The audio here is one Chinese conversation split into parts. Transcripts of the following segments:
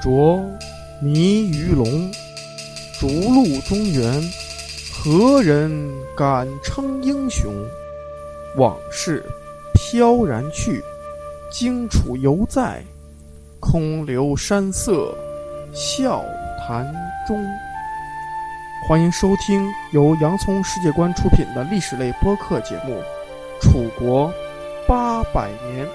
着泥鱼龙，逐鹿中原，何人敢称英雄？往事飘然去，荆楚犹在，空留山色笑谈中。欢迎收听由洋葱世界观出品的历史类播客节目《楚国八百年》。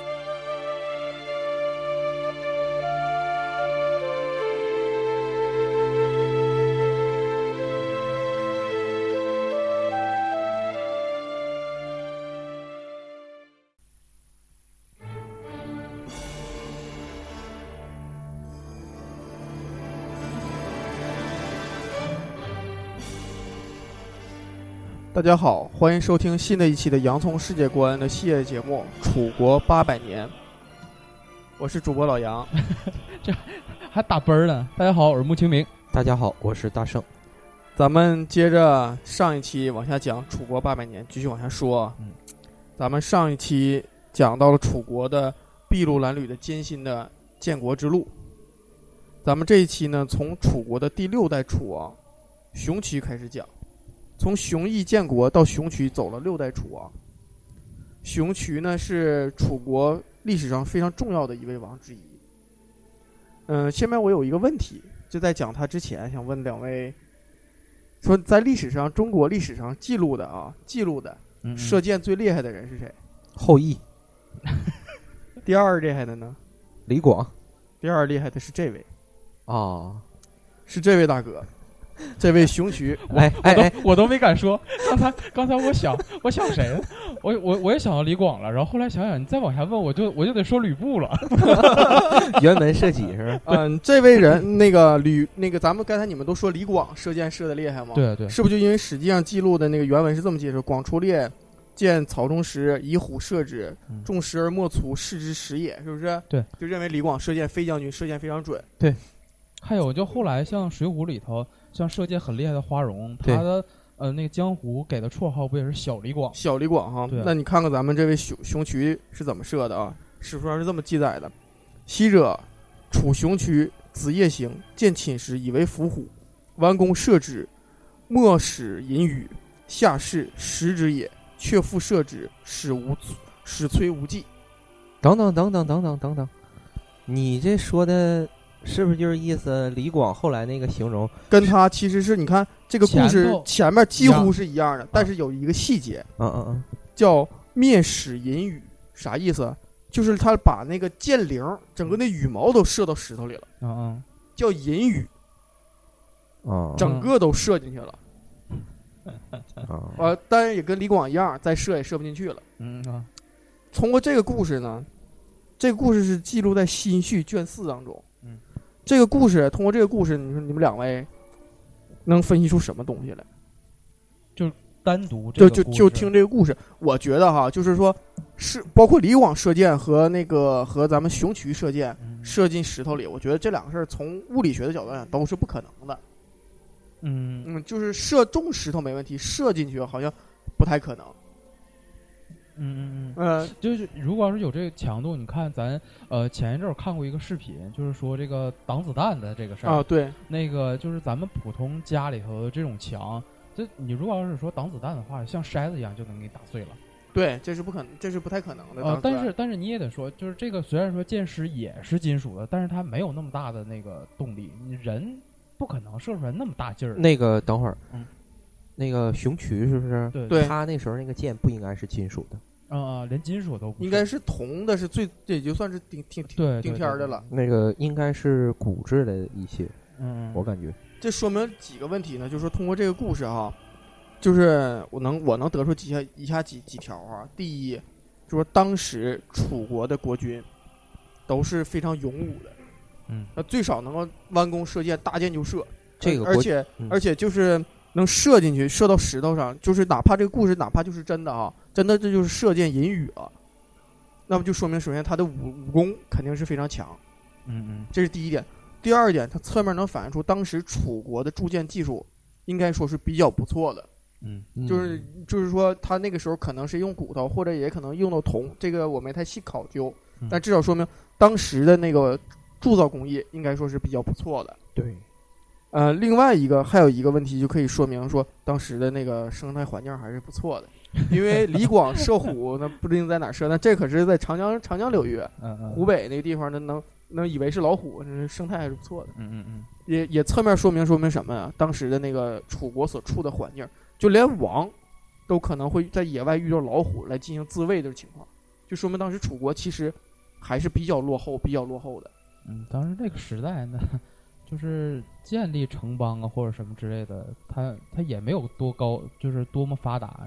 大家好，欢迎收听新的一期的《洋葱世界观》的系列节目《楚国八百年》，我是主播老杨。还打啵儿呢。大家好，我是穆清明。大家好，我是大圣。咱们接着上一期往下讲楚国八百年，继续往下说啊。嗯咱们上一期讲到了楚国的筚路蓝缕的艰辛的建国之路，咱们这一期呢，从楚国的第六代楚王熊渠开始讲，从熊毅建国到熊渠走了六代楚王。熊渠呢是楚国历史上非常重要的一位王之一。嗯，下面我有一个问题，就在讲他之前，想问两位。说在历史上，中国历史上记录的啊，记录的嗯射箭最厉害的人是谁？后羿、第二厉害的呢？李广第二厉害的是这位，哦啊，是这位大哥，这位熊 渠。哎哎我 哎，都我都没敢说。刚才刚才我想我想谁呢？我我我也想到李广了，然后后来想想，你再往下问，我就我就得说吕布了。辕门射戟是吧？嗯，这位人，那个吕，那个咱们刚才你们都说李广射箭射的厉害吗？，对对，是不是就因为《史记》上记录的那个原文是这么介绍：广出猎，见草中时，以虎射之嗯，中时而莫足，视之始也，是不是？对，就认为李广射箭飞将军射箭非常准。还有就后来像《水浒》里头，像射箭很厉害的花荣，对他的呃那个江湖给的绰号不也是小李广？小李广哈对，那你看看咱们这位熊熊渠是怎么射的啊？史书上是这么记载的：昔者楚熊渠子夜行，见寝食，以为伏虎，弯弓射之，莫使引语，下士食之也，却复射之，使无使摧无计。等等等等等等等等，你这说的是不是就是意思李广后来那个形容？跟他其实是你看这个故前事头前面几乎是一样的，但是有一个细节嗯嗯嗯，叫灭使引语，啥意思啊？就是他把那个剑翎儿整个那羽毛都射到石头里了。嗯嗯，叫银雨，哦整个都射进去了。哦呃，当然也跟李广一样，再射也射不进去了。嗯啊，通过这个故事呢，这个故事是记录在《新序》卷四当中。嗯，这个故事通过这个故事，你说你们两位能分析出什么东西来？单独这就个就故就事听这个故事，我觉得哈，就是说，是包括李广射箭和那个和咱们熊渠射箭嗯射进石头里，我觉得这两个事儿从物理学的角度上都是不可能的。嗯嗯，就是射中石头没问题，射进去好像不太可能。嗯嗯嗯。嗯，就是如果要是有这个强度，你看咱呃前一阵儿看过一个视频，就是说这个挡子弹的这个事儿啊，对，那个就是咱们普通家里头的这种墙，这你如果要是说挡子弹的话，像筛子一样就能给你打碎了。对，这是不可能，这是不太可能的。呃，当时但是但是你也得说，就是这个虽然说箭矢也是金属的，但是它没有那么大的那个动力，你人不可能射出来那么大劲儿。那个等会儿嗯，那个熊渠是不是？对对他那时候那个剑不应该是金属的，啊、啊连金属都不应该是铜的，是最也就算是顶顶顶对顶天儿的。了。那个应该是骨质的一些，对对嗯，我感觉。这说明几个问题呢？就是说通过这个故事哈，就是我能我能得出几下以下几几条啊。第一，就说当时楚国的国君都是非常勇武的，嗯，那最少能够弯弓射箭，搭箭就射。这个而国且、嗯而且就是能射进去，射到石头上，就是哪怕这个故事哪怕就是真的啊，真的这就是射箭引雨了，那么就说明首先他的武武功肯定是非常强，嗯嗯这是第一点。第二点，它侧面能反映出当时楚国的铸剑技术应该说是比较不错的，嗯就是就是说他那个时候可能是用骨头，或者也可能用到铜，这个我没太细考究嗯，但至少说明当时的那个铸造工业应该说是比较不错的。对，呃，另外一个还有一个问题就可以说明说，当时的那个生态环境还是不错的，因为李广射虎那不定在哪儿射，那这可是在长江长江流域，嗯嗯，湖北那个地方，那能能以为是老虎，那生态还是不错的。嗯嗯嗯，也也侧面说明说明什么啊？当时的那个楚国所处的环境，就连王都可能会在野外遇到老虎来进行自卫的情况，就说明当时楚国其实还是比较落后、比较落后的。嗯，当时那个时代呢，就是建立城邦啊或者什么之类的，它它也没有多高，就是多么发达。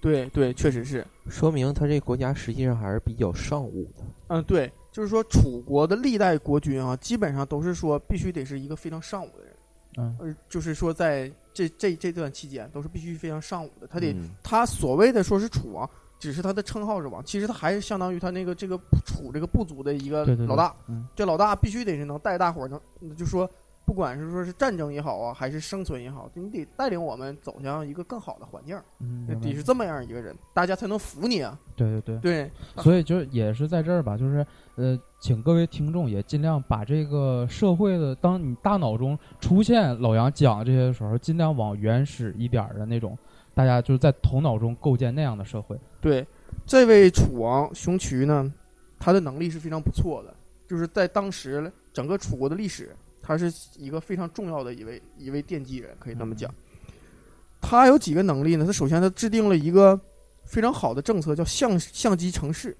对对，确实是。说明他这国家实际上还是比较尚武的。嗯，对，就是说楚国的历代国君啊，基本上都是说必须得是一个非常尚武的人，嗯呃，就是说在这这这段期间都是必须非常尚武的，他得嗯他所谓的说是楚王，只是他的称号是王，其实他还是相当于他那个这个楚这个部族的一个对对对老大。嗯这老大必须得是能带大伙儿能，嗯就说不管是说是战争也好啊，还是生存也好，你得带领我们走向一个更好的环境，嗯，明白得是这么样一个人，大家才能服你啊。对对对，对，所以就是也是在这儿吧，就是呃，请各位听众也尽量把这个社会的，当你大脑中出现老杨讲的这些时候，尽量往原始一点儿的那种，大家就是在头脑中构建那样的社会。对，这位楚王熊渠呢，他的能力是非常不错的，就是在当时整个楚国的历史，他是一个非常重要的一位一位奠基人，可以这么嗯讲。他有几个能力呢？他首先他制定了一个非常好的政策，叫相相机城市。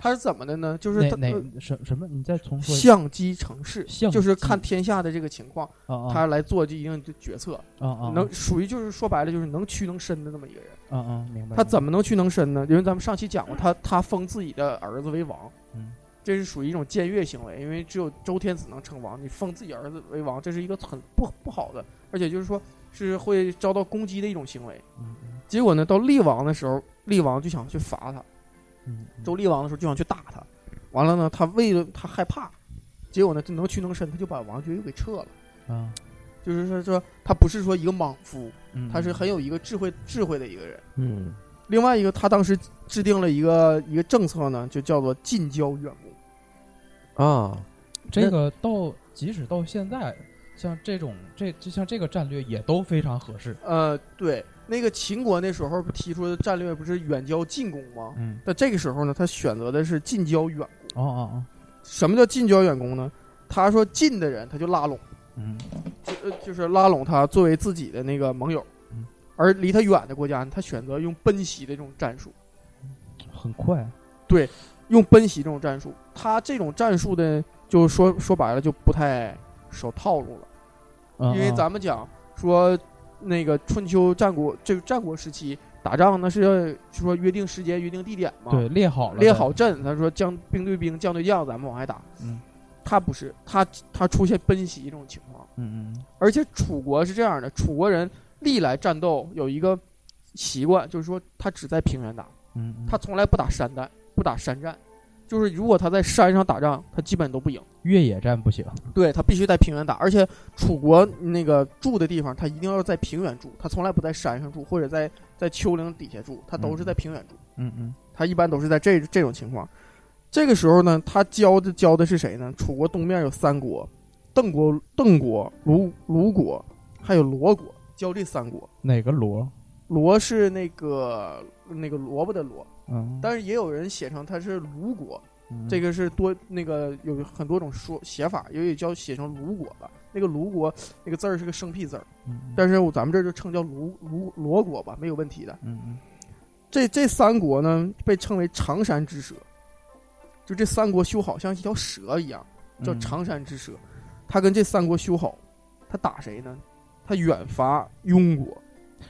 他是怎么的呢？就是哪他呃哪什什么？你再重说一下相机城市，相就是机看天下的这个情况，啊啊他来做一定的决策，啊啊能属于就是说白了就是能屈能伸的这么一个人。啊啊明白他怎么能屈能伸呢？因为咱们上期讲过，他他封自己的儿子为王，嗯这是属于一种僭越行为，因为只有周天子能称王，你封自己儿子为王，这是一个很不不好的，而且就是说是会遭到攻击的一种行为。嗯嗯结果呢，到厉王的时候，厉王就想去罚他，嗯嗯周厉王的时候就想去打他，完了呢，他为了他害怕，结果呢，这能屈能伸，他就把王爵又给撤了。啊就是说说他不是说一个莽夫，嗯他是很有一个智慧智慧的一个人。嗯，另外一个，他当时制定了一个一个政策呢，就叫做近郊远牧。啊，这个到即使到现在，像这种这就像这个战略也都非常合适。呃，对，那个秦国那时候不提出的战略不是远交近攻吗？嗯但这个时候呢，他选择的是近交远攻。哦哦什么叫近交远攻呢？他说近的人他就拉拢，哦嗯就呃就是拉拢他作为自己的那个盟友嗯，而离他远的国家呢，他选择用奔袭的这种战术。很快用奔袭这种战术，他这种战术的，就是说说白了就不太守套路了，啊因为啊咱们讲说那个春秋战国这个战国时期打仗那是要就说约定时间、约定地点嘛，对列好了列的好阵，咱说将兵对兵、将对将，咱们往外打。嗯他不是，他他出现奔袭这种情况，嗯嗯而且楚国是这样的，楚国人历来战斗有一个习惯，就是说他只在平原打。嗯嗯，他从来不打山战，不打山战，就是如果他在山上打仗，他基本都不赢。越野战不行。对他必须在平原打，而且楚国那个住的地方，他一定要在平原住，他从来不在山上住，或者在在丘陵底下住，他都是在平原住。嗯嗯他一般都是在这这种情况。这个时候呢，他教的教的是谁呢？楚国东面有三国，邓国、邓国、鲁鲁国，还有罗国，教这三国。哪个罗？罗是那个那个萝卜的萝，嗯，但是也有人写成他是鲁国，嗯这个是多那个有很多种说写法，也有叫写成鲁国的。那个鲁国那个字儿是个生僻字儿，嗯嗯但是我咱们这儿就称叫鲁鲁罗国吧，没有问题的。嗯嗯这这三国呢被称为长山之蛇，就这三国修好像一条蛇一样，嗯叫长山之蛇。他跟这三国修好，他打谁呢？他远伐庸国，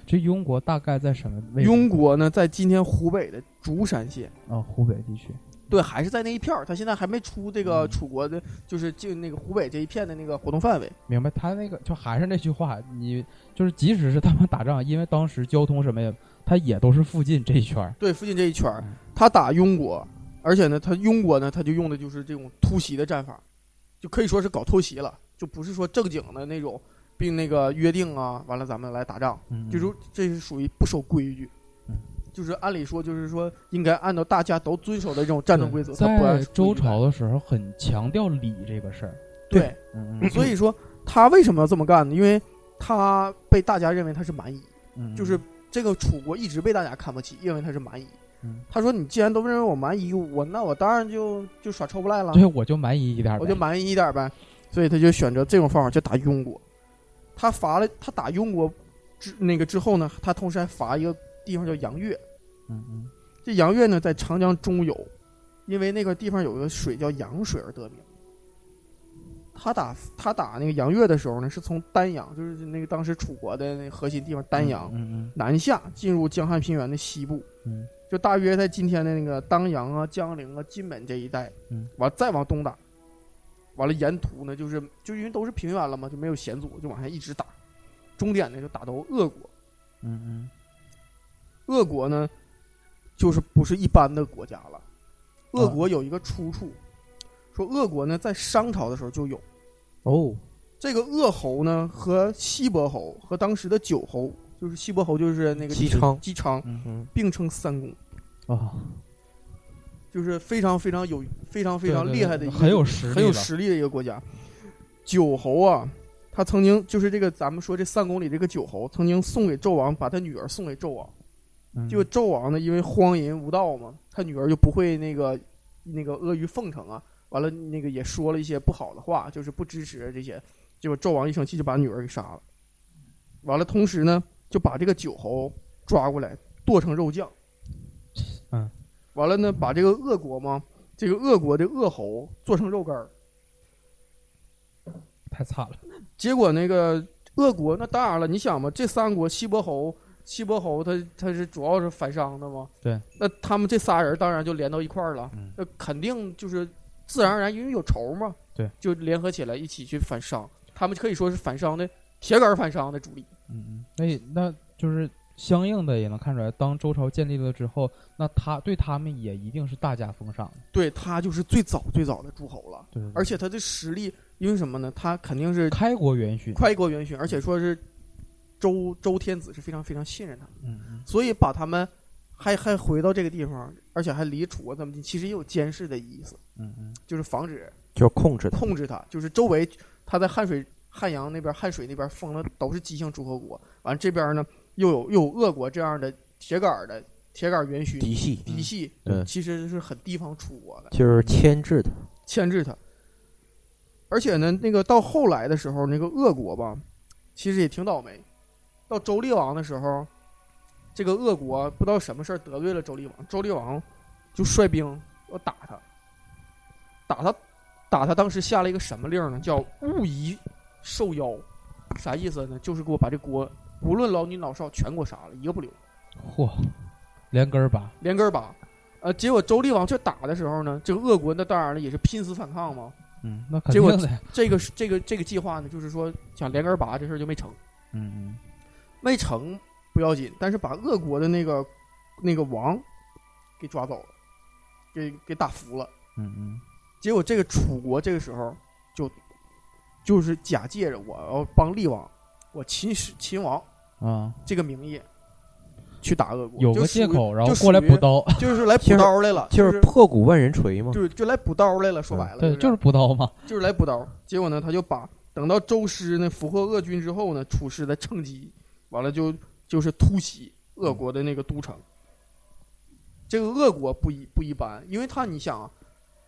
这庸国大概在什么位置？庸国嗯呢在今天湖北的竹山县。啊，湖北地区。对，还是在那一片儿，他现在还没出这个嗯楚国的，就是进那个湖北这一片的那个活动范围。明白，他那个就还是那句话，你就是即使是他们打仗，因为当时交通什么也，他也都是附近这一圈儿。对，附近这一圈儿嗯，他打庸国，而且呢，他庸国呢，他就用的就是这种突袭的战法，就可以说是搞偷袭了，就不是说正经的那种，并那个约定啊，完了咱们来打仗，嗯，就是这是属于不守规矩嗯。就是按理说就是说应该按照大家都遵守的这种战争规则，他不按在不周应该朝的时候很强调礼这个事儿，对，嗯嗯，所以说他为什么要这么干呢？因为他被大家认为他是蛮夷，嗯就是这个楚国一直被大家看不起，因为他是蛮夷嗯。他说：“你既然都认为我蛮夷，我那我当然就就耍臭不赖了。”对我就蛮夷一点儿呗，我就满意一点呗。所以他就选择这种方法，就打庸国。他伐了，他打庸国之那个之后呢，他同时还伐一个地方叫杨越。嗯嗯这杨越呢，在长江中游，因为那个地方有个水叫杨水而得名。他打他打那个杨越的时候呢，是从丹阳，就是那个当时楚国的那核心地方丹阳、嗯嗯南下，进入江汉平原的西部。嗯，就大约在今天的那个当阳啊、江陵啊、金门这一带，嗯，完再往东打，完了沿途呢，就是就因为都是平原了嘛，就没有险阻，就往下一直打，终点呢就打到鄂国。嗯嗯鄂国呢，就是不是一般的国家了。鄂啊国有一个出处，说鄂国呢在商朝的时候就有哦，这个鄂侯呢和西伯侯和当时的九侯，就是西伯侯就是那个姬昌姬昌嗯嗯，并称三公。嗯啊，就是非常非常有非常非对常对厉对害的一个很有实力，很有，实力的一个国家。九侯啊，他曾经就是这个咱们说这三公里这个九侯，曾经送给纣王，把他女儿送给纣王。嗯结果纣王呢，因为荒淫无道嘛，他女儿就不会那个那个阿谀奉承啊，完了那个也说了一些不好的话，就是不支持这些。结果纣王一生气就把女儿给杀了，完了同时呢，就把这个九侯抓过来剁成肉酱。嗯，完了呢，把这个恶国嘛，这个恶国的恶侯做成肉干儿。太惨了，结果那个恶国，那当然了，你想嘛，这三国西伯侯，西伯侯他他是主要是反商的嘛，对，那他们这仨人当然就连到一块儿了，嗯那肯定就是自然而然，因为有仇嘛，对，就联合起来一起去反商，他们可以说是反商的铁杆反商的主力，嗯嗯，那也那就是相应的也能看出来，当周朝建立了之后，那他对他们也一定是大加封赏的，对他就是最早最早的诸侯了，对对对而且他的实力，因为什么呢？他肯定是开国元勋，开国元勋，而且说是周周天子是非常非常信任他的。嗯嗯所以把他们还还回到这个地方，而且还离楚国这么近，其实也有监视的意思，嗯嗯，就是防止就要控制它。控制他，就是周围他在汉水、汉阳那边、汉水那边封了都是姬姓诸侯国，完这边呢又有又有鄂国这样的铁杆儿的铁杆儿元勋嫡系嫡系，嗯其实是很提防楚国的，就是牵制它。牵制他。而且呢，那个到后来的时候，那个鄂国吧，其实也挺倒霉。到周厉王的时候，这个鄂国不知道什么事儿得罪了周厉王，周厉王就率兵要打他，打他，打他。当时下了一个什么令呢？叫勿疑受妖，啥意思呢？就是给我把这国，无论老女老少全给我杀了，一个不留。嚯，连根儿拔，连根儿拔。呃，结果周厉王去打的时候呢，这个鄂国那当然了也是拼死反抗嘛。嗯，那肯结定果的呀，这个是这个这个计划呢，就是说想连根儿拔这事儿就没成，嗯嗯没成不要紧，但是把鄂国的那个那个王给抓走了，给给打服了。嗯嗯，结果这个楚国这个时候就就是假借着我要帮厉王，我秦始秦王啊，这个名义去打鄂国，有就个属借于口，然后就属过来于补刀，就是来就补是刀来了，就是是破鼓万人锤嘛。就就来补刀来了。说白了，对，就是补刀嘛，就是来补刀。结果呢，他就把等到周师呢俘获鄂军之后呢，楚师的趁机，完了就就是突袭鄂国的那个都城。这个鄂国不一不一般，因为他你想啊，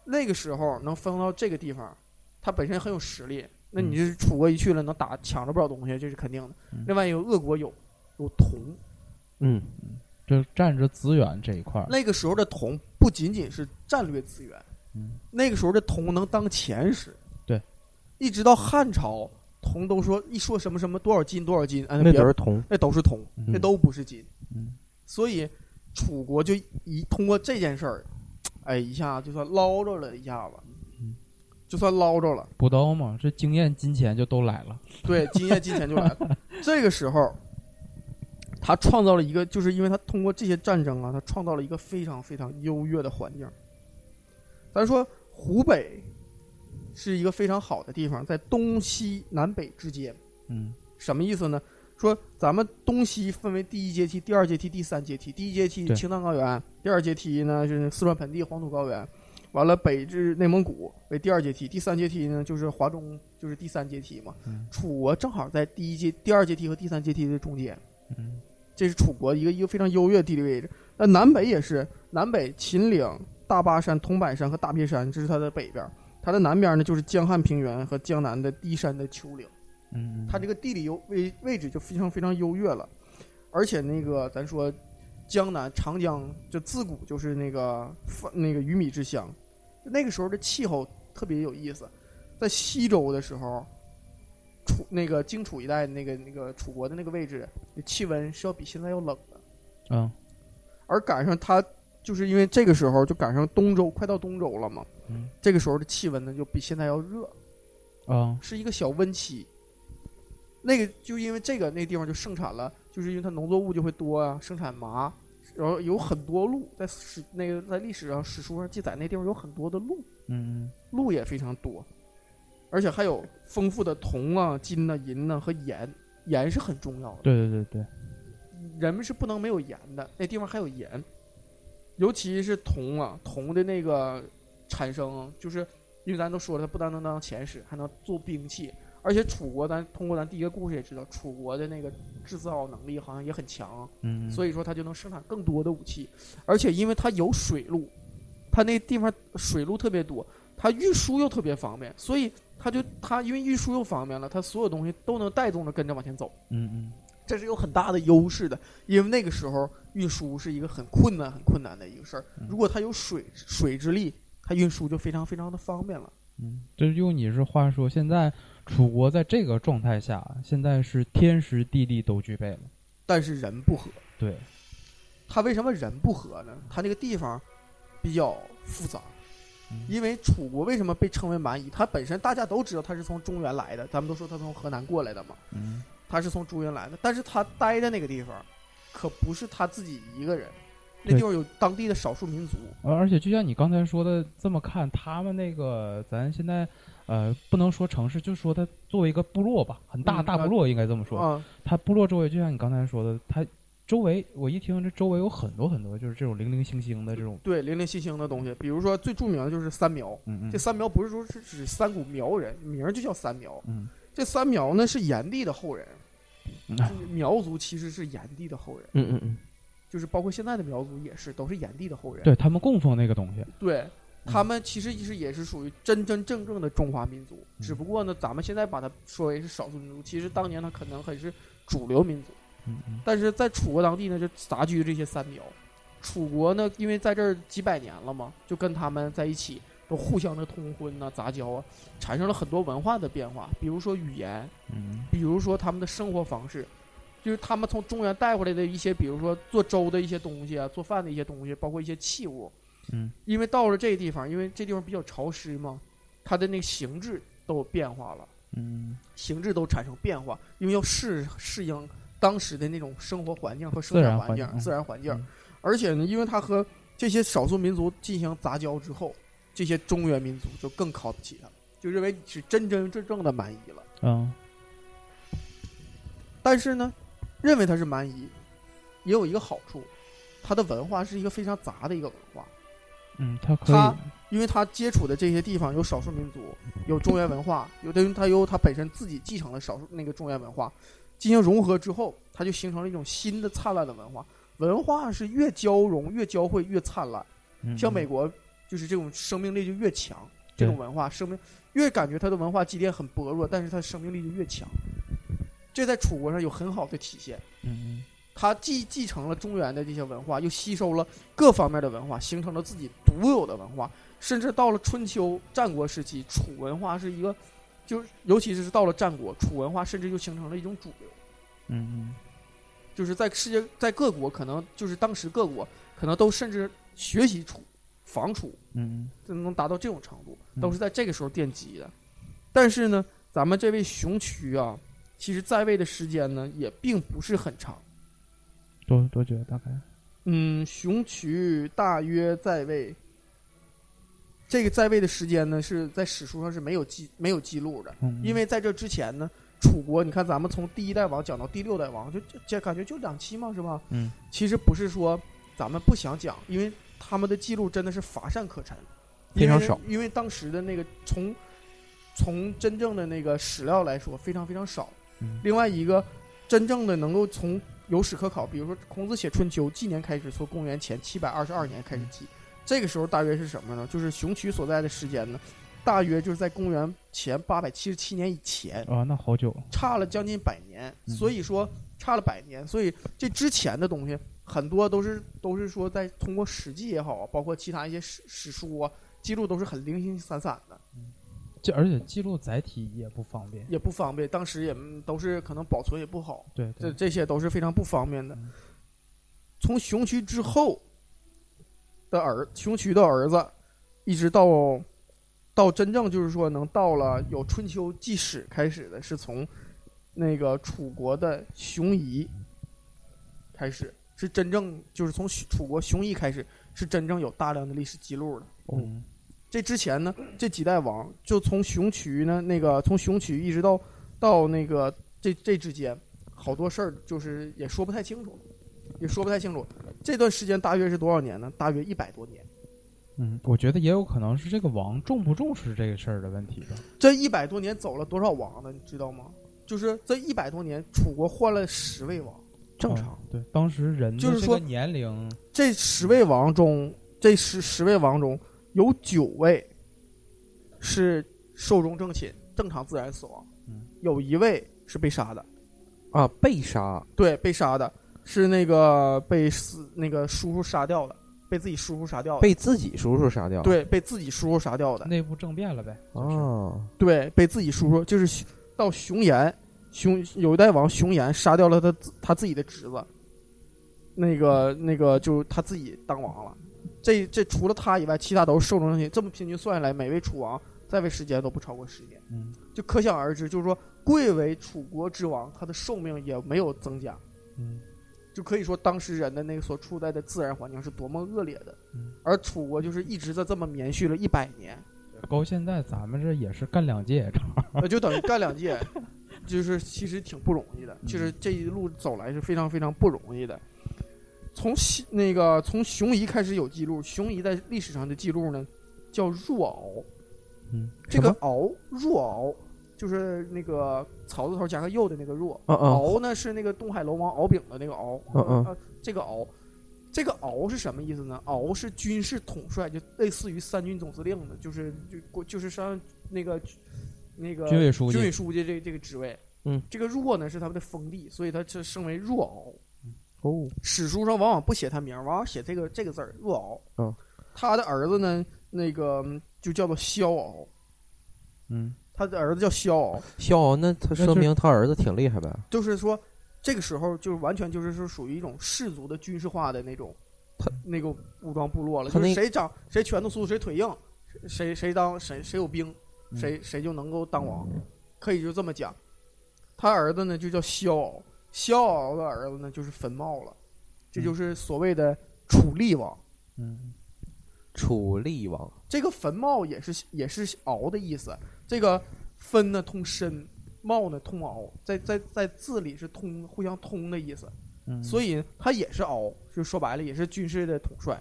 那个时候能分到这个地方，他本身很有实力。那你就是楚国一去了，能打抢着不少东西，这是肯定的嗯。另外一个，鄂国有有铜，嗯，就是占着资源这一块儿，那个时候的铜不仅仅是战略资源，嗯那个时候的铜能当钱使。对，一直到汉朝，铜都说一说什么什么多少斤多少斤，哎，那别都是铜。那都是铜，嗯那都不是金。嗯所以楚国就一通过这件事儿，哎，一下就算捞着了一下子，嗯就算捞着了。补刀嘛，这经验、金钱就都来了，对，金验金钱就来了。这个时候，他创造了一个，就是因为他通过这些战争啊，他创造了一个非常非常优越的环境。咱说湖北是一个非常好的地方，在东西南北之间，嗯什么意思呢？说咱们东西分为第一阶梯、第二阶梯、第三阶梯。第一阶梯对青藏高原，第二阶梯呢就是四川盆地、黄土高原，完了北至内蒙古为第二阶梯，第三阶梯呢就是华中，就是第三阶梯嘛。嗯楚国正好在第一阶、第二阶梯和第三阶梯的中间，嗯这是楚国一个一个非常优越的地理位置。那南北也是，南北秦岭、大巴山、桐柏山和大别山，这是它的北边儿。它的南边呢，就是江汉平原和江南的低山的丘陵。嗯，它这个地理优位位置就非常非常优越了，而且那个咱说江南长江就自古就是那个饭那个鱼米之乡，那个时候的气候特别有意思，在西周的时候，楚那个荆楚一带那个那个楚国的那个位置，气温是要比现在要冷的，嗯而赶上它就是因为这个时候就赶上东周快到东周了嘛，嗯这个时候的气温呢就比现在要热，啊是一个小温期。那个就因为这个，那地方就盛产了，就是因为它农作物就会多啊，生产麻，然后有很多鹿，在史那个在历史上史书上记载，那地方有很多的鹿，嗯鹿也非常多，而且还有丰富的铜啊、金呐、银呐、和盐，盐是很重要的，对对对对，人们是不能没有盐的，那地方还有盐，尤其是铜啊，铜的那个产生，就是因为咱都说了，它不单能当钱使，还能做兵器，而且楚国咱通过咱第一个故事也知道，楚国的那个制造能力好像也很强，嗯，所以以说它就能生产更多的武器，而且因为它有水路，它那地方水路特别多，它运输又特别方便，所以它就它因为运输又方便了，它所有东西都能带动着跟着往前走。嗯这是有很大的优势的，因为那个时候运输是一个很困难、很困难的一个事儿嗯。如果它有水水之力，它运输就非常非常的方便了。嗯嗯，就是用你是话说，现在楚国在这个状态下，现在是天时地利都具备了，但是人不和，对，它为什么人不和呢？它那个地方比较复杂嗯，因为楚国为什么被称为蛮夷？它本身大家都知道它是从中原来的，咱们都说它从河南过来的嘛，嗯它是从中原来的。但是它待的那个地方，可不是他自己一个人，那对地方有当地的少数民族。而而且就像你刚才说的，这么看他们那个，咱现在呃不能说城市，就说它作为一个部落吧，很大嗯大啊部落应该这么说。啊，它部落周围，就像你刚才说的，它周围我一听这周围有很多很多，就是这种零零星星的这种，对，零零星星的东西，比如说最著名的就是三苗。嗯嗯这三苗不是说是指三股苗人，名儿就叫三苗。嗯这三苗呢是炎帝的后人，嗯就是苗族其实是炎帝的后人，嗯嗯嗯，就是包括现在的苗族也是，都是炎帝的后人。对他嗯们供奉那个东西，对他们其实是也是属于真真正正的中华民族，嗯只不过呢，咱们现在把它说为是少数民族，其实当年它可能还是主流民族。嗯嗯但是在楚国当地呢，就杂居这些三苗。楚国呢，因为在这儿几百年了嘛，就跟他们在一起，都互相的通婚呐、杂交啊，产生了很多文化的变化，比如说语言，嗯比如说他们的生活方式，就是他们从中原带回来的一些，比如说做粥的一些东西啊，做饭的一些东西，包括一些器物。嗯，因为到了这地方，因为这地方比较潮湿嘛，它的那个形制都有变化了。嗯，形制都产生变化，因为要适适应当时的那种生活环境和生自产然环环境、境自然环境嗯。而且呢，因为它和这些少数民族进行杂交之后，这些中原民族就更靠不起它，就认为你是真真正正的蛮夷了。嗯但是呢，认为它是蛮夷，也有一个好处，它的文化是一个非常杂的一个文化，嗯，它可它以，因为它接触的这些地方有少数民族，有中原文化，有的它有它本身自己继承了少数那个中原文化，进行融合之后，它就形成了一种新的灿烂的文化。文化是越交融、越交汇、越灿烂。嗯像美国，就是这种生命力就越强，这对种文化生命越感觉它的文化积淀很薄弱，但是它的生命力就越强。这在楚国上有很好的体现。嗯它既继承了中原的这些文化，又吸收了各方面的文化，形成了自己独有的文化。甚至到了春秋战国时期，楚文化是一个，就是尤其是到了战国，楚文化甚至就形成了一种主流，嗯嗯就是在世界在各国可能就是当时各国可能都甚至学习楚、仿楚，嗯就能达到这种程度，嗯都是在这个时候奠基的。但是呢，咱们这位熊渠啊，其实在位的时间呢也并不是很长。嗯，多多久大概？嗯，熊渠大约在位，这个在位的时间呢是在史书上是没有记没有记录的，嗯，因为在这之前呢，楚国，你看咱们从第一代王讲到第六代王，就就这感觉就两期嘛，是吧？嗯，其实不是说咱们不想讲，因为他们的记录真的是乏善可陈，非常因为少因为当时的那个从从真正的那个史料来说，非常非常少。嗯另外一个真正的能够从有史可考，比如说孔子写《春秋》，纪年开始从公元前七百二十二年开始记，这个时候大约是什么呢？就是熊渠所在的时间呢，大约就是在公元前八百七十七年以前，啊，那好久，差了将近百年。嗯所以说差了百年，所以这之前的东西很多都是都是说在通过史记也好，包括其他一些史史书啊记录都是很零星散散的。这而且记录载体也不方便。也不方便，当时也嗯都是可能保存也不好，对这对，这些都是非常不方便的嗯。从熊渠之后的儿熊渠的儿子，一直到到真正就是说能到了有春秋纪史开始的，是从那个楚国的熊夷开始，是真正就是从楚国熊夷开始，是真正有大量的历史记录的。嗯这之前呢，这几代王就从熊渠呢，那个从熊渠一直到到那个这这之间，好多事儿就是也说不太清楚，也说不太清楚。这段时间大约是多少年呢？大约一百多年。嗯，我觉得也有可能是这个王重不重视这个事儿的问题吧。这一百多年走了多少王呢？你知道吗？就是这一百多年，楚国换了十位王，正常哦。对，当时人的就是这说个年龄，这十位王中，这十十位王中有九位是寿终正寝，正常自然死亡嗯，有一位是被杀的。啊，被杀对，被杀的是那个被死那个叔叔杀掉的，被自己叔叔杀掉的，被自己叔叔杀掉。对，被自己叔叔杀掉的，内部政变了呗。就是哦，对，被自己叔叔就是熊到熊岩，熊有一代王熊岩杀掉了他自他自己的侄子，那个那个就他自己当王了。这这除了他以外，其他都是寿终正寝。这么平均算下来，每位楚王在位时间都不超过十年，嗯就可想而知，就是说贵为楚国之王，他的寿命也没有增加。嗯就可以说当时人的那个所处在的自然环境是多么恶劣的嗯，而楚国就是一直在这么延续了一百年，高现在咱们这也是干两届也成。那就等于干两届，就是其实挺不容易的，就是这一路走来是非常非常不容易的。从西那个从熊夷开始有记录，熊夷在历史上的记录呢叫入敖，嗯，这个敖入敖就是那个草字头加个右的那个入，嗯嗯敖呢是那个东海龙王敖丙的那个敖，嗯嗯呃这个敖，这个敖是什么意思呢？敖是军事统帅，就类似于三军总司令的，就是就国就是上那个那个军委书记军委书记这这个职位。嗯，这个若呢是他们的封地，所以他这升为若敖。哦，史书上往往不写他名儿，往往写这个这个字儿若敖。嗯，他的儿子呢，那个嗯就叫做萧敖，嗯，他的儿子叫萧敖。萧敖那他就是说明他儿子挺厉害呗。就是说，这个时候就是完全就是说属于一种氏族的军事化的那种，他那个武装部落了，他就是那谁长谁拳头粗谁腿硬，谁谁当谁谁有兵，嗯谁谁就能够当王，嗯可以就这么讲。他儿子呢就叫萧敖，萧敖的儿子呢就是坟茂了，这嗯就是所谓的楚厉王。嗯楚厉王这个坟茂也是也是敖的意思，这个分呢通申，茂呢通敖，在在在字里是通互相通的意思。嗯，所以他也是敖，就说白了也是军事的统帅，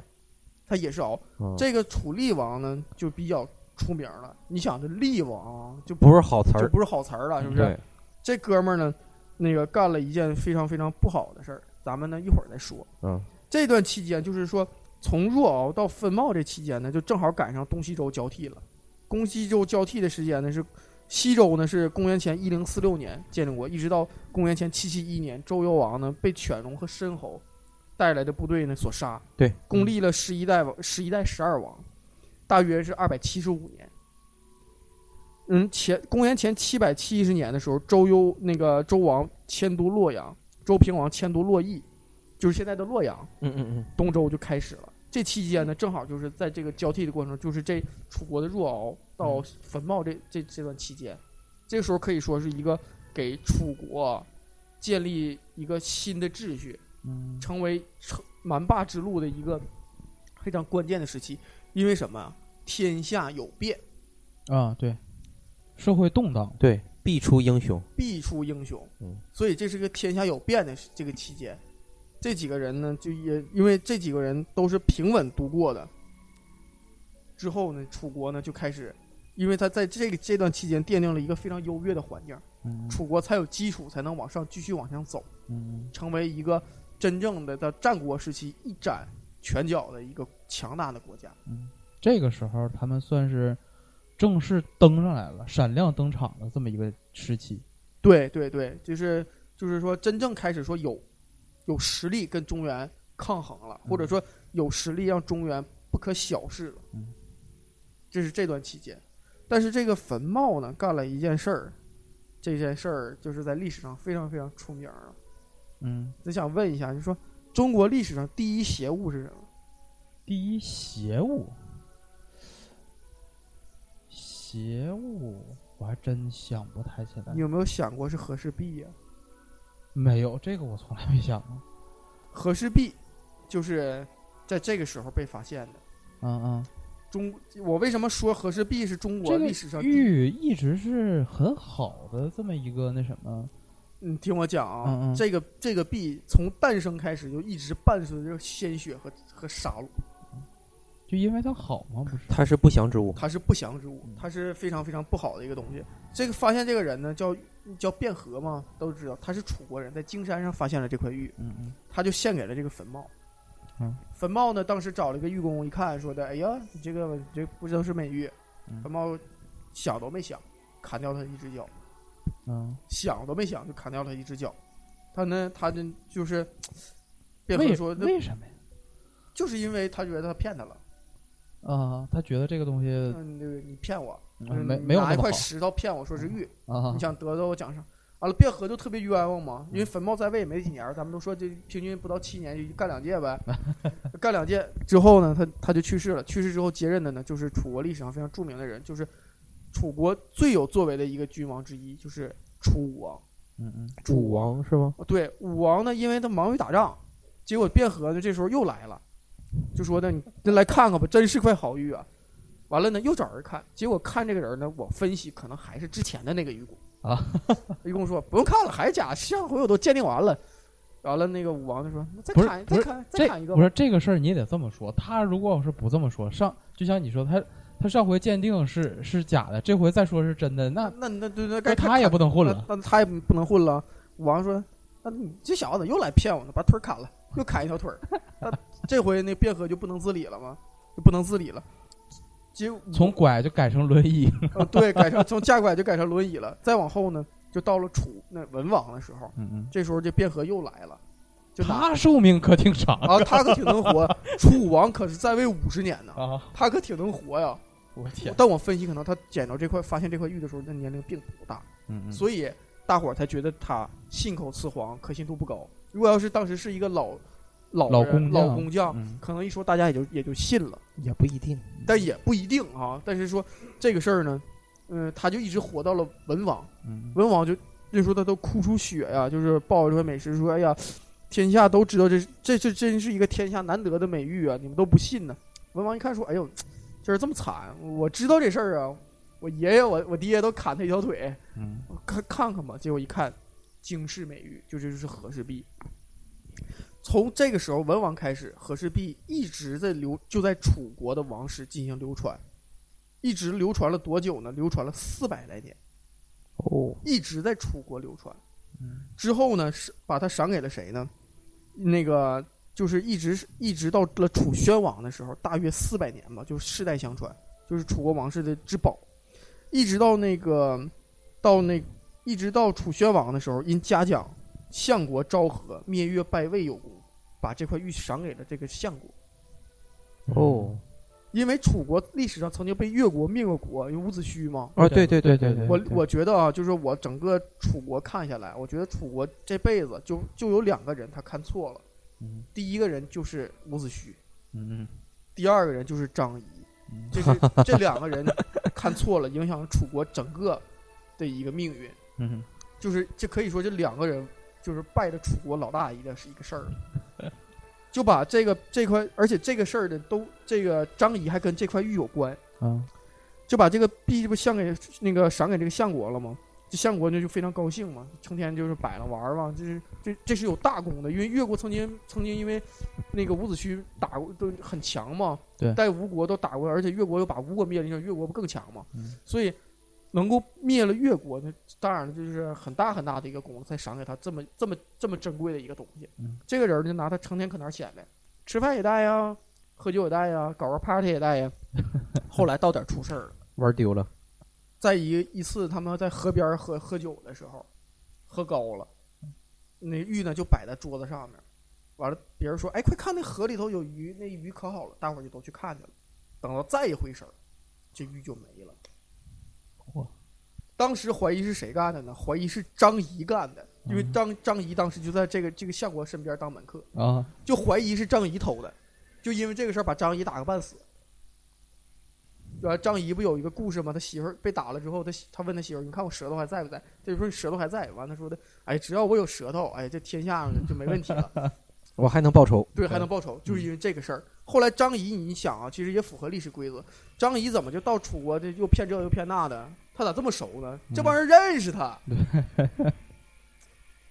他也是敖。嗯这个楚厉王呢就比较出名了，你想这厉王就不是好词就儿，不是好词儿了，是不是？对，这哥们儿呢，那个干了一件非常非常不好的事儿，咱们呢一会儿再说。嗯，这段期间就是说，从若敖到分茂这期间呢，就正好赶上东西周交替了。东西周交替的时间呢是，西周呢是公元前一零四六年建立国，一直到公元前七七一年，周幽王呢被犬戎和申侯带来的部队呢所杀，对，共立了十一代王，十一代十二王，大约是二百七十五年。嗯，前公元前七百七十年的时候，周幽那个周王迁都洛阳，周平王迁都洛邑，就是现在的洛阳。嗯嗯嗯，东周就开始了。这期间呢，正好就是在这个交替的过程中，就是这楚国的若敖到坟茂这这这段期间，这个时候可以说是一个给楚国建立一个新的秩序，嗯成为成蛮霸之路的一个非常关键的时期。因为什么啊？天下有变，啊，对，社会动荡，对，必出英雄。必出英雄。嗯所以这是个天下有变的这个期间。这几个人呢，就也因为这几个人都是平稳度过的。之后呢，楚国呢就开始，因为他在这个这段期间奠定了一个非常优越的环境，嗯楚国才有基础，才能往上继续往上走，嗯成为一个真正的在战国时期一展拳脚的一个强大的国家。嗯，这个时候他们算是正式登上来了，闪亮登场的这么一个时期。对对对，就是就是说，真正开始说有有实力跟中原抗衡了，或者说有实力让中原不可小视了。嗯这是这段期间，但是这个坟茂呢，干了一件事儿，这件事儿就是在历史上非常非常出名儿了。嗯，就想问一下，你说中国历史上第一邪物是什么？第一邪物，邪物，我还真想不太起来你。有没有想过是和氏璧呀、没有这个，我从来没想过。和氏璧就是在这个时候被发现的。嗯嗯，中，我为什么说和氏璧是中国这个历史上第一玉一直是很好的这么一个那什么，你听我讲啊，嗯嗯这个这个币从诞生开始就一直伴随着鲜血和和杀戮，就因为它好吗？不是，它是不祥之物，它是不祥之物嗯，它是非常非常不好的一个东西。这个发现这个人呢叫叫卞和嘛，都知道他是楚国人，在荆山上发现了这块玉，嗯嗯他就献给了这个坟茂。嗯坟茂呢，当时找了一个玉工，一看说的，哎呀，你这个这不知道是美玉嗯。坟茂想都没想，砍掉他一只脚。嗯，想都没想就砍掉了一只脚。他呢，他呢就是，别为和说，那为什么呀？就是因为他觉得他骗他了，啊，他觉得这个东西、嗯，那个你骗我，嗯嗯没没有拿那一么块好石头骗我说是玉，啊嗯你，想得到我奖赏。完了，卞和就特别冤枉嘛，嗯因为坟茂在位也没几年儿，咱们都说这平均不到七年就干两届 呗，干两届之后呢，他他就去世了。去世之后接任的呢，就是楚国历史上非常著名的人，就是楚国最有作为的一个君王之一，就是楚武王。嗯嗯武王是吗？对，武王呢，因为他忙于打仗，结果卞和呢这时候又来了，就说呢，你真来看看吧，真是块好玉啊。完了呢，又找人看，结果看这个人呢，我分析可能还是之前的那个玉工啊。玉工说不用看了，还是假，上回我都鉴定完了。完了，那个武王就说：“那再不是砍，不再是砍，再这砍一个不吧。是这个事儿，你也得这么说。他如果要是不这么说，上就像你说，他他上回鉴定是是假的，这回再说是真的，那那”那那对那那该他也不能混了。那，那他也不能混了。武王说：“那你这小子又来骗我呢，把腿儿砍了，又砍一条腿儿。那这回那卞和就不能自理了吗？就不能自理了。结果从拐就改成轮椅，呃对改成从架拐就改成轮椅了。再往后呢，就到了楚那文王的时候，嗯嗯，这时候这卞和又来了，就 拿他寿命可挺长啊，他可挺能活。楚武王可是在位五十年呢，啊！他可挺能活呀。我天，但我分析，可能他捡到这块发现这块玉的时候，那年龄并不大。嗯嗯，所以大伙儿才觉得他信口雌黄，可信度不高。如果要是当时是一个老老老人工匠老工匠，嗯可能一说大家也就也就信了，也不一定。但也不一定啊。但是说这个事儿呢，嗯、他就一直活到了文王，嗯文王就那时候他都哭出血呀、就是抱着这块美食说：“哎呀，天下都知道这这这真是一个天下难得的美玉啊，你们都不信呢、文王一看说：“哎呦，这人这么惨，我知道这事儿啊，我爷爷我我爹都砍他一条腿，嗯我看看看吧。结果一看，惊世美玉，就这就是和氏璧。从这个时候，文王开始，和氏璧一直在流，就在楚国的王室进行流传，一直流传了多久呢？流传了四百来年，哦，一直在楚国流传。嗯之后呢，是把它赏给了谁呢？那个就是一直是一直到了楚宣王的时候，大约四百年吧，就是世代相传，就是楚国王室的之宝。一直到那个到那一直到楚宣王的时候，因嘉奖相国昭和灭越拜魏有功，把这块玉赏给了这个相国。哦，因为楚国历史上曾经被越国灭过国，有伍子胥嘛，啊，对对对对对对，我我觉得啊，就是我整个楚国看下来，我觉得楚国这辈子就就有两个人他看错了，嗯第一个人就是伍子胥，嗯第二个人就是张仪，嗯这是这两个人看错了，影响了楚国整个的一个命运。嗯，就是这可以说这两个人就是拜了楚国老大爷的是一个事儿，就把这个这块，而且这个事儿呢，都这个张仪还跟这块玉有关，啊就把这个币这不献给那个赏给这个相国了吗？这相国呢就非常高兴嘛，成天就是摆了玩儿嘛，这是这这是有大功的，因为越国曾经曾经因为那个伍子胥打过都很强嘛，对在吴国都打过，而且越国又把吴国灭了，你想越国不更强嘛？嗯所以能够灭了越国，那当然就是很大很大的一个功劳，才赏给他这么这么这么珍贵的一个东西。嗯这个人就拿他成天搁哪儿显摆，吃饭也带呀，喝酒也带呀，搞个 party 也带 呀，后来到点儿出事儿了。玩丢了，在一一次他们在河边儿喝喝酒的时候，喝高了，那玉呢就摆在桌子上面，完了别人说：“哎，快看那河里头有鱼，那鱼可好了。”大伙儿就都去看去了。等到再一回神儿，这玉就没了。嚯！当时怀疑是谁干的呢？怀疑是张仪干的，因为嗯张张仪当时就在这个这个相国身边当门客，啊，就怀疑是张仪偷的，就因为这个事儿把张仪打个半死。然后张仪不有一个故事吗？他媳妇儿被打了之后，他媳他问他媳妇儿：“你看我舌头还在不在？”他就说：“你舌头还在。”完，他说的：“哎，只要我有舌头，哎，这天下就没问题了。”我还能报仇。对，还能报仇，就是因为这个事儿。后来张仪，你想啊，其实也符合历史规则。张仪怎么就到楚国这又骗这又骗那的？他咋这么熟呢？这帮人认识他，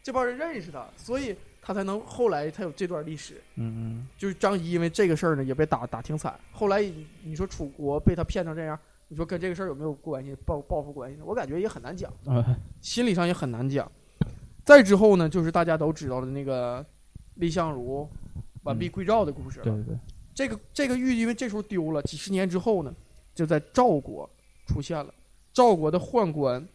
这帮人认识他，所以他才能后来才有这段历史。嗯嗯，就是张仪因为这个事儿呢，也被打打挺惨。后来你你说楚国被他骗成这样，你说跟这个事儿有没有关系？报报复关系呢？我感觉也很难讲。啊心理上也很难讲。再之后呢，就是大家都知道的那个蔺相如完璧归赵的故事了。对对对，这个这个玉，因为这时候丢了，几十年之后呢，就在赵国出现了。赵国的宦官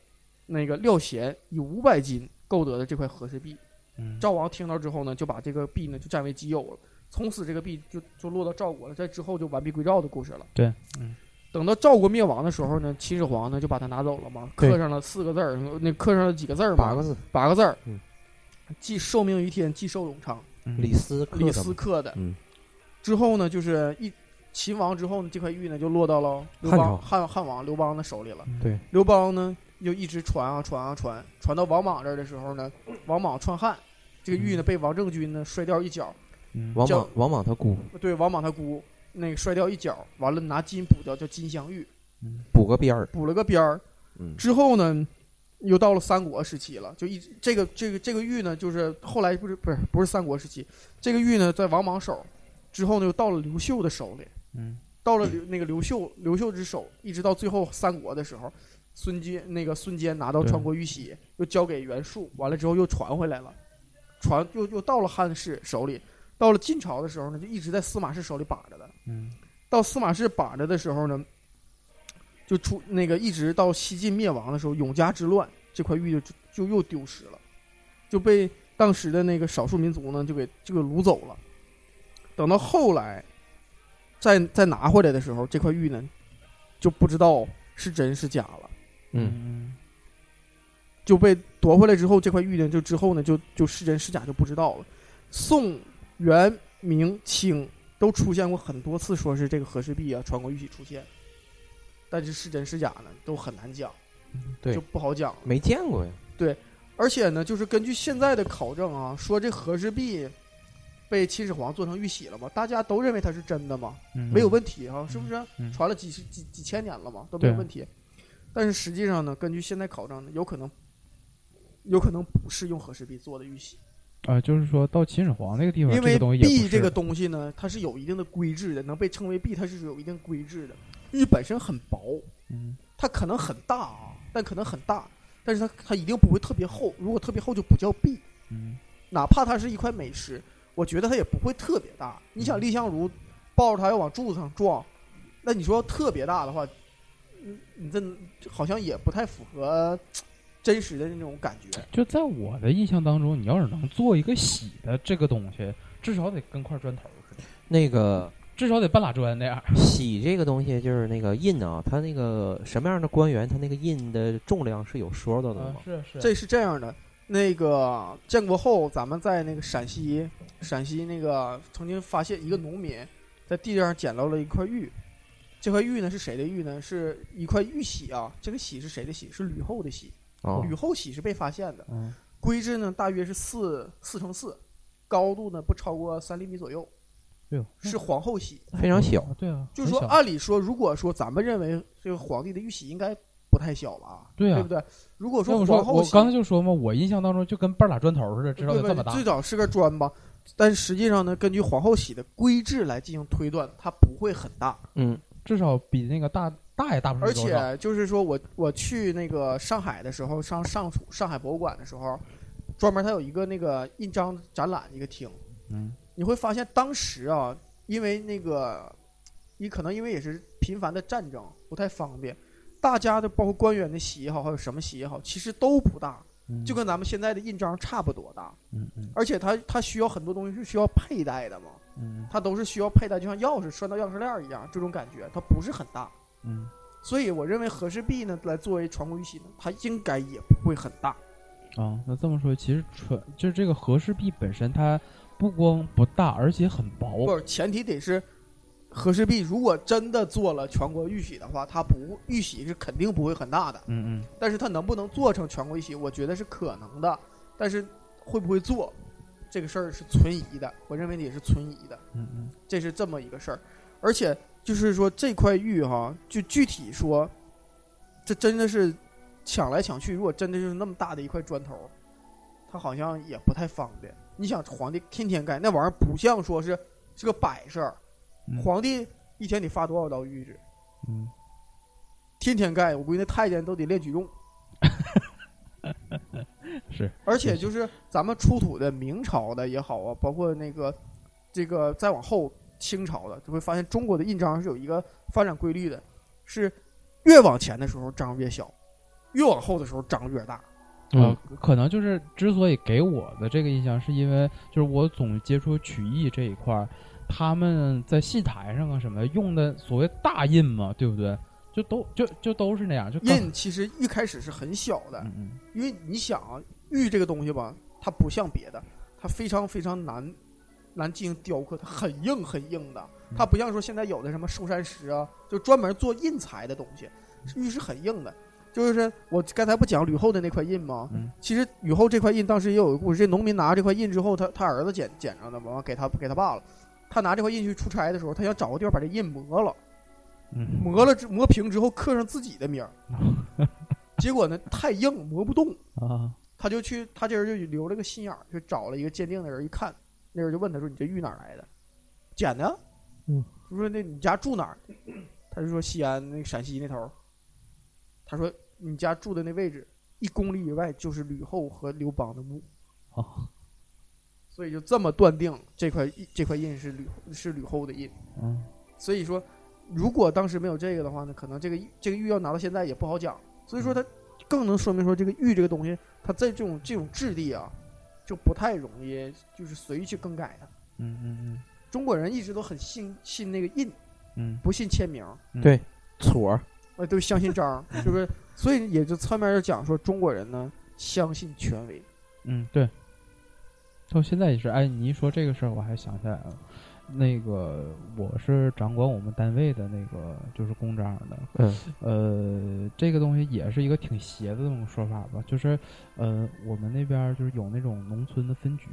那个廖贤以五百金购得的这块和氏璧，嗯，赵王听到之后呢，就把这个璧呢就占为己有了。从此这个璧就就落到赵国了，在之后就完璧归赵的故事了。对，嗯，等到赵国灭亡的时候呢，秦始皇呢就把它拿走了嘛，对刻上了四个字儿，那刻上了几个字儿嘛，八个字，八个字儿，嗯既寿命于天，既寿永长，李斯克的李斯刻的。嗯之后呢，就是一秦王之后呢，这块玉呢就落到了刘汉邦朝汉汉王刘邦的手里了。嗯对，刘邦呢就一直传啊传啊传，传到王莽这儿的时候呢，王莽篡汉，这个玉呢被王政君呢摔掉一角，嗯王莽叫王莽他姑对，王莽他姑那个摔掉一角，完了拿金补掉，叫金镶玉，补个边儿，补了个边儿。嗯，之后呢，又到了三国时期了，就一直这个这个这个玉呢，就是后来不是不是不是三国时期，这个玉呢在王莽手，之后呢又到了刘秀的手里，嗯到了刘那个刘秀刘秀之手，一直到最后三国的时候，孙坚那个孙坚拿到对传国玉玺，又交给袁术，完了之后又传回来了，传又又到了汉室手里，到了晋朝的时候呢，就一直在司马氏手里把着的。嗯到司马氏把着的时候呢，就出那个一直到西晋灭亡的时候，永嘉之乱这块玉就就又丢失了，就被当时的那个少数民族呢就给就给掳走了。等到后来再再拿回来的时候，这块玉呢就不知道是真是假了，嗯就被夺回来之后，这块玉呢就之后呢就就是真是假就不知道了。宋、元、明清都出现过很多次，说是这个和氏璧啊、传国玉玺出现，但是是真是假呢，都很难讲，对就不好讲了。没见过呀，而且呢，就是根据现在的考证啊，说这和氏璧被秦始皇做成玉玺了嘛，大家都认为它是真的嘛，嗯，没有问题哈、是不是？嗯传了几十几几千年了嘛，都没有对问题。但是实际上呢，根据现在考证呢，有可能，有可能不是用和氏璧做的玉玺。啊，就是说到秦始皇那个地方，因为这个东西也不币是这个东西呢，它是有一定的规制的，能被称为币，它是有一定规制的。玉本身很薄，嗯它可能很大啊，但可能很大，但是它它一定不会特别厚。如果特别厚就不叫币，嗯哪怕它是一块美食，我觉得它也不会特别大。你想，蔺相如抱着它要往柱子上撞，那你说特别大的话，嗯你这好像也不太符合真实的那种感觉。就在我的印象当中，你要是能做一个洗的这个东西，至少得跟块砖头似的，那个至少得半拉砖那样。玺这个东西就是那个印啊，它那个什么样的官员，它那个印的重量是有说道的啊吗，？是是，这是这样的，那个建国后，咱们在那个陕西，陕西那个曾经发现一个农民在地上捡到了一块玉，这块玉呢是谁的玉呢？是一块玉玺啊，这个玺是谁的玺？是吕后的玺，啊，吕后玺是被发现的，嗯规制呢大约是四四乘四，高度呢不超过三厘米左右，对哦，是皇后玺。非常小，啊，对啊，就是说，很小按理说，如果说咱们认为这个皇帝的玉玺应该不太小吧？对呀对不对？如果要说不说皇后我期刚才就说嘛，我印象当中就跟半拉砖头似的，至少对吧得这么大最。早是个砖吧，但实际上呢，根据皇后玺的规制来进行推断，它不会很大。嗯至少比那个大大也大不而了嗯多少。且就是说我我去那个上海的时候，上上楚上海博物馆的时候，专门它有一个那个印章展览一个厅，嗯你会发现当时啊，因为那个你可能因为也是频繁的战争，不太方便。大家的包括官员的玺也好，还有什么玺也好，其实都不大，嗯，就跟咱们现在的印章差不多大。嗯嗯而且它它需要很多东西是需要佩戴的嘛，嗯它都是需要佩戴，就像钥匙拴到钥匙链儿一样，这种感觉它不是很大。嗯，所以我认为和氏璧呢，来作为传国玉玺呢，它应该也不会很大。啊，那这么说，其实纯就是这个和氏璧本身，它不光不大，而且很薄。不是，前提得是和氏璧如果真的做了全国玉玺的话，它不玉玺是肯定不会很大的。嗯嗯，但是它能不能做成全国玉玺，我觉得是可能的，但是会不会做，这个事儿是存疑的。我认为也是存疑的，嗯嗯这是这么一个事儿。而且就是说这块玉哈，就具体说，这真的是抢来抢去，如果真的就是那么大的一块砖头，它好像也不太方便。你想，皇帝天天盖那玩意儿，不像说是是个摆设儿，嗯皇帝一天得发多少道玉制？嗯，天天盖，我估计那太监都得练举重。是，而且 就是咱们出土的明朝的也好啊，包括那个这个再往后清朝的，就会发现中国的印章是有一个发展规律的，是越往前的时候章越小，越往后的时候章越 大。呃，可能就是之所以给我的这个印象，是因为就是我总接触曲艺这一块儿，他们在戏台上啊什么用的所谓大印嘛，对不对？就都就就都是那样，就刚印其实一开始是很小的，嗯嗯因为你想啊，玉这个东西吧，它不像别的，它非常非常难难进行雕刻，它很硬很硬的，它不像说现在有的什么寿山石啊，就专门做印材的东西，玉是很硬的。就是我刚才不讲吕后的那块印吗？嗯其实吕后这块印当时也有个故事，这农民拿这块印之后，他他儿子捡捡着的嘛，完给他给他爸了。他拿这块印去出差的时候，他想找个地方把这印磨了，嗯，磨了之磨平之后刻上自己的名儿，结果呢太硬磨不动。啊，他就去，他这人就留了个心眼儿，就找了一个鉴定的人一看，那人就问他说：“你这玉哪儿来的？捡的？”嗯，就说：“那你家住哪儿？”他就说：“西安那个陕西那头儿。”他说：“你家住的那位置一公里以外就是吕后和刘邦的墓。”哦，所以就这么断定这块这块印是吕是吕后的印。嗯所以说，如果当时没有这个的话呢，可能这个玉这个玉要拿到现在也不好讲。所以嗯说，它更能说明说这个玉这个东西，它在这种这种质地啊，就不太容易就是随意去更改它。嗯嗯中国人一直都很信信那个印，嗯不信签名，对，锁儿，呃，都相信章， 是不是？所以也就侧面就讲说，中国人呢相信权威。嗯，对。到现在也是，哎，你一说这个事儿，我还想起来了。那个我是掌管我们单位的那个就是公章的，嗯呃，这个东西也是一个挺邪的这种说法吧，就是，呃，我们那边儿就是有那种农村的分局，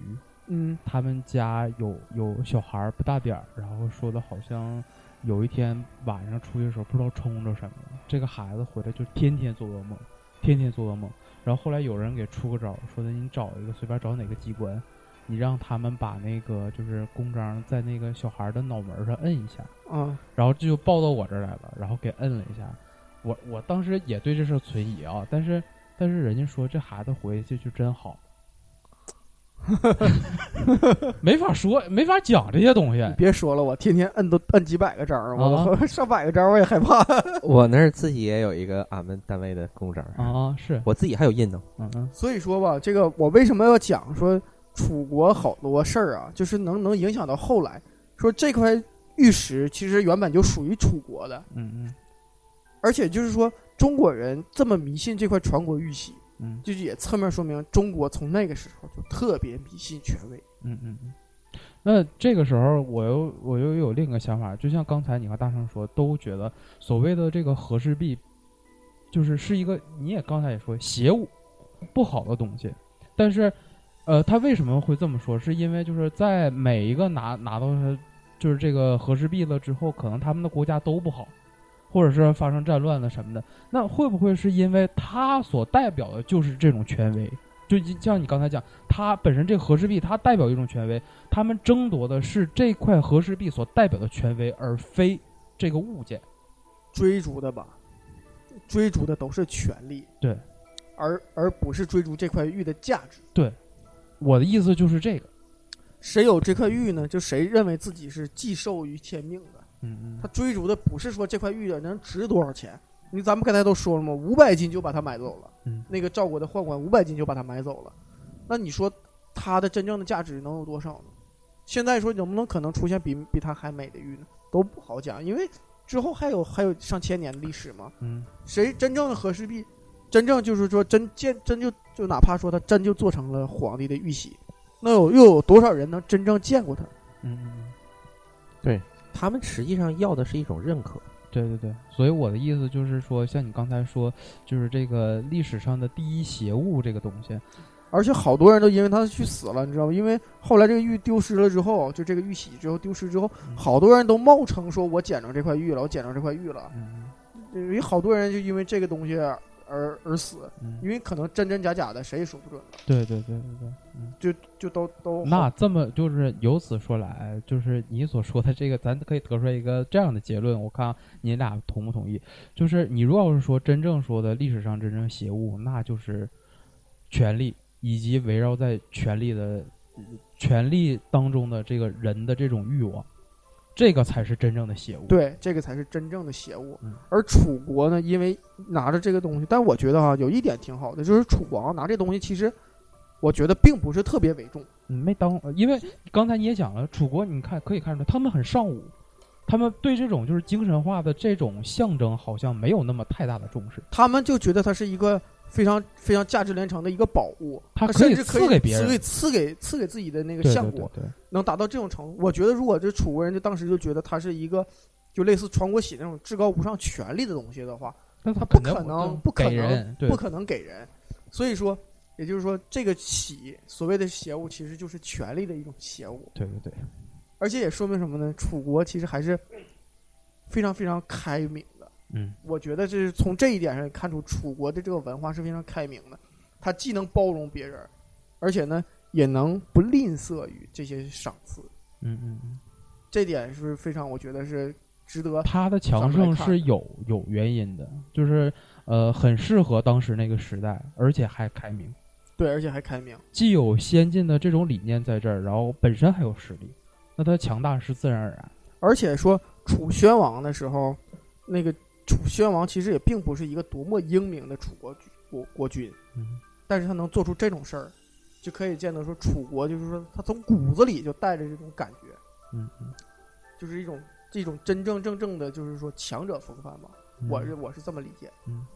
嗯，他们家有有小孩儿不大点儿，然后说的好像有一天晚上出去的时候不知道冲着什么了，这个孩子回来就天天做噩梦，天天做噩梦。然后后来有人给出个招儿，说的你找一个随便找哪个机关，你让他们把那个就是公章在那个小孩儿的脑门儿上摁一下，啊，然后这就抱到我这儿来了，然后给摁了一下。我我当时也对这事儿存疑啊，但是但是人家说这孩子回去就真好， 没法说，没法讲这些东 西你。别说了，我天天摁都摁几百个章儿，我、 上百个章儿我也害怕。 我那儿自己也有一个俺们单位的公章，啊，是，我自己还有印呢。嗯嗯所以说吧，这个我为什么要讲说楚国好多事儿啊，就是能能影响到后来。说这块玉石其实原本就属于楚国的，嗯而且就是说中国人这么迷信这块传国玉玺，嗯嗯就是也侧面说明中国从那个时候就特别迷信权威。嗯嗯嗯。那这个时候，我又我又有另一个想法，就像刚才你和大圣说，都觉得所谓的这个和氏璧，就是是一个你也刚才也说邪物，不好的东西。但是，呃，他为什么会这么说？是因为就是在每一个拿拿到它就是这个和氏璧了之后，可能他们的国家都不好，或者是发生战乱了什么的，那会不会是因为他所代表的就是这种权威？就一像你刚才讲，他本身这个和氏璧，它代表一种权威，他们争夺的是这块和氏璧所代表的权威，而非这个物件。追逐的吧，追逐的都是权利，对，而而不是追逐这块玉的价值。我的意思就是这个，谁有这块玉呢，就谁认为自己是既受于天命的。嗯嗯他，追逐的不是说这块玉能值多少钱，你咱们刚才都说了嘛，五百斤就把它买走了。嗯那个赵国的宦官五百斤就把它买走了，那你说它的真正的价值能有多少呢？现在说能不能可能出现比比它还美的玉呢？都不好讲，因为之后还有还有上千年的历史嘛。嗯，谁真正的和氏璧，真正就是说真见真就就哪怕说他真就做成了皇帝的玉玺，那有又有多少人能真正见过它？嗯嗯，他们实际上要的是一种认可。对对对，所以我的意思就是说，像你刚才说，就是这个历史上的第一邪物这个东西，而且好多人都因为他去死了，你知道吗？因为后来这个玉丢失了之后，就这个玉玺之后丢失之后，嗯好多人都冒称说我捡着这块玉了，我捡着这块玉了，嗯有好多人就因为这个东西而而死，嗯，因为可能真真假假的，谁也说不准，对对对对对，嗯。就就都都那这么就是由此说来，就是你所说的这个，咱可以得出来一个这样的结论，我看你俩同不同意？就是你如果要是说真正说的历史上真正邪物，那就是权力以及围绕在权力的权力当中的这个人的这种欲望，这个才是真正的邪物。，对，这个才是真正的邪物。嗯而楚国呢，因为拿着这个东西，但我觉得哈、啊有一点挺好的，就是楚王拿这东西，其实我觉得并不是特别为重。没当，因为刚才你也讲了，楚国你看可以看出来，他们很尚武。他们对这种就是精神化的这种象征，好像没有那么太大的重视。他们就觉得它是一个非常非常价值连城的一个宝物，它可以啊甚至可赐给别人赐给赐给赐给自己的那个对相对国，对对能达到这种程度。我觉得如果这楚国人就当时就觉得它是一个就类似传国玺那种至高无上权力的东西的话，但他他不肯定可能就不可给能人对不可能给人。所以说，也就是说，这个玺所谓的邪物，其实就是权力的一种邪物。对对对，而且也说明什么呢？楚国其实还是非常非常开明的。嗯，我觉得这是从这一点上看出楚国的这个文化是非常开明的，它既能包容别人，而且呢也能不吝啬于这些赏赐，嗯嗯嗯，这点是非常我觉得是值得。他的强盛是有有原因的，就是呃很适合当时那个时代，而且还开明，对，而且还开明。既有先进的这种理念在这儿，然后本身还有实力，那他强大是自然而然。而且说楚宣王的时候，那个楚宣王其实也并不是一个多么英明的楚国君国国君，嗯但是他能做出这种事儿，就可以见得说楚国就是说他从骨子里就带着这种感觉，嗯嗯，就是一种这种真真正正的，就是说强者风范吧。嗯我是我是这么理解。嗯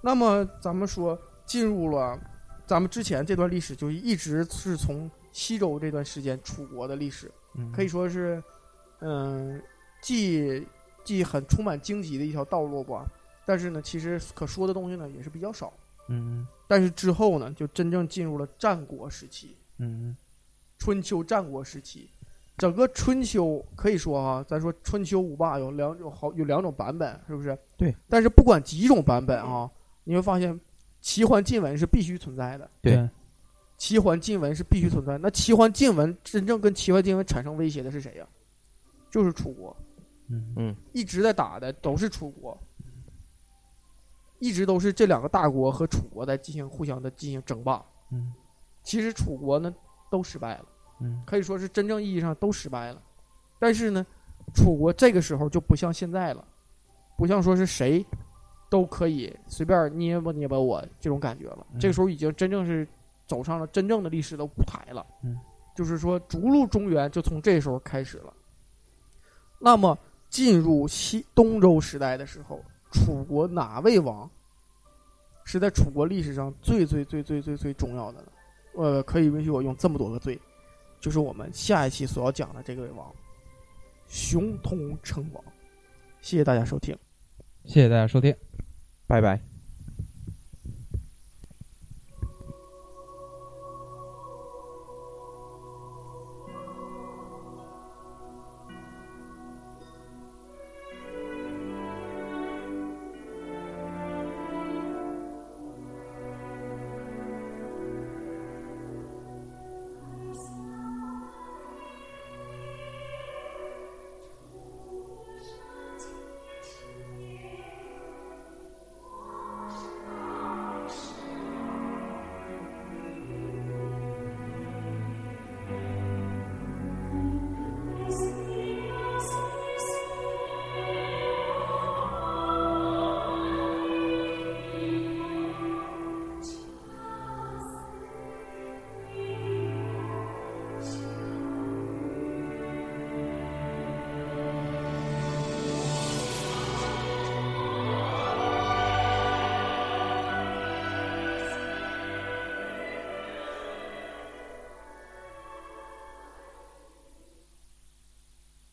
那么咱们说进入了咱们之前这段历史，就一直是从西周这段时间楚国的历史，嗯可以说是，嗯，既既很充满荆棘的一条道路吧，但是呢，其实可说的东西呢也是比较少。嗯但是之后呢，就真正进入了战国时期，嗯嗯春秋战国时期。整个春秋可以说啊，咱说春秋五霸有两种好有两种版本，是不是？对。但是不管几种版本啊，你会发现齐桓晋文是必须存在的，对对齐桓晋文是必须存在。那齐桓晋文真正跟齐桓晋文产生威胁的是谁呀、就是楚国。嗯嗯一直在打的都是楚国，一直都是这两个大国和楚国在进行互相的进行争霸。嗯其实楚国呢都失败了，嗯可以说是真正意义上都失败了。但是呢，楚国这个时候就不像现在了，不像说是谁都可以随便捏吧捏吧我这种感觉了。嗯这个时候已经真正是走上了真正的历史的舞台了。嗯，就是说逐鹿中原就从这时候开始了。那么进入西东周时代的时候，楚国哪位王是在楚国历史上最最最最最最重要的呢？呃，可以允许我用这么多个最，就是我们下一期所要讲的这个王——熊通称王。谢谢大家收听。谢谢大家收听。拜拜。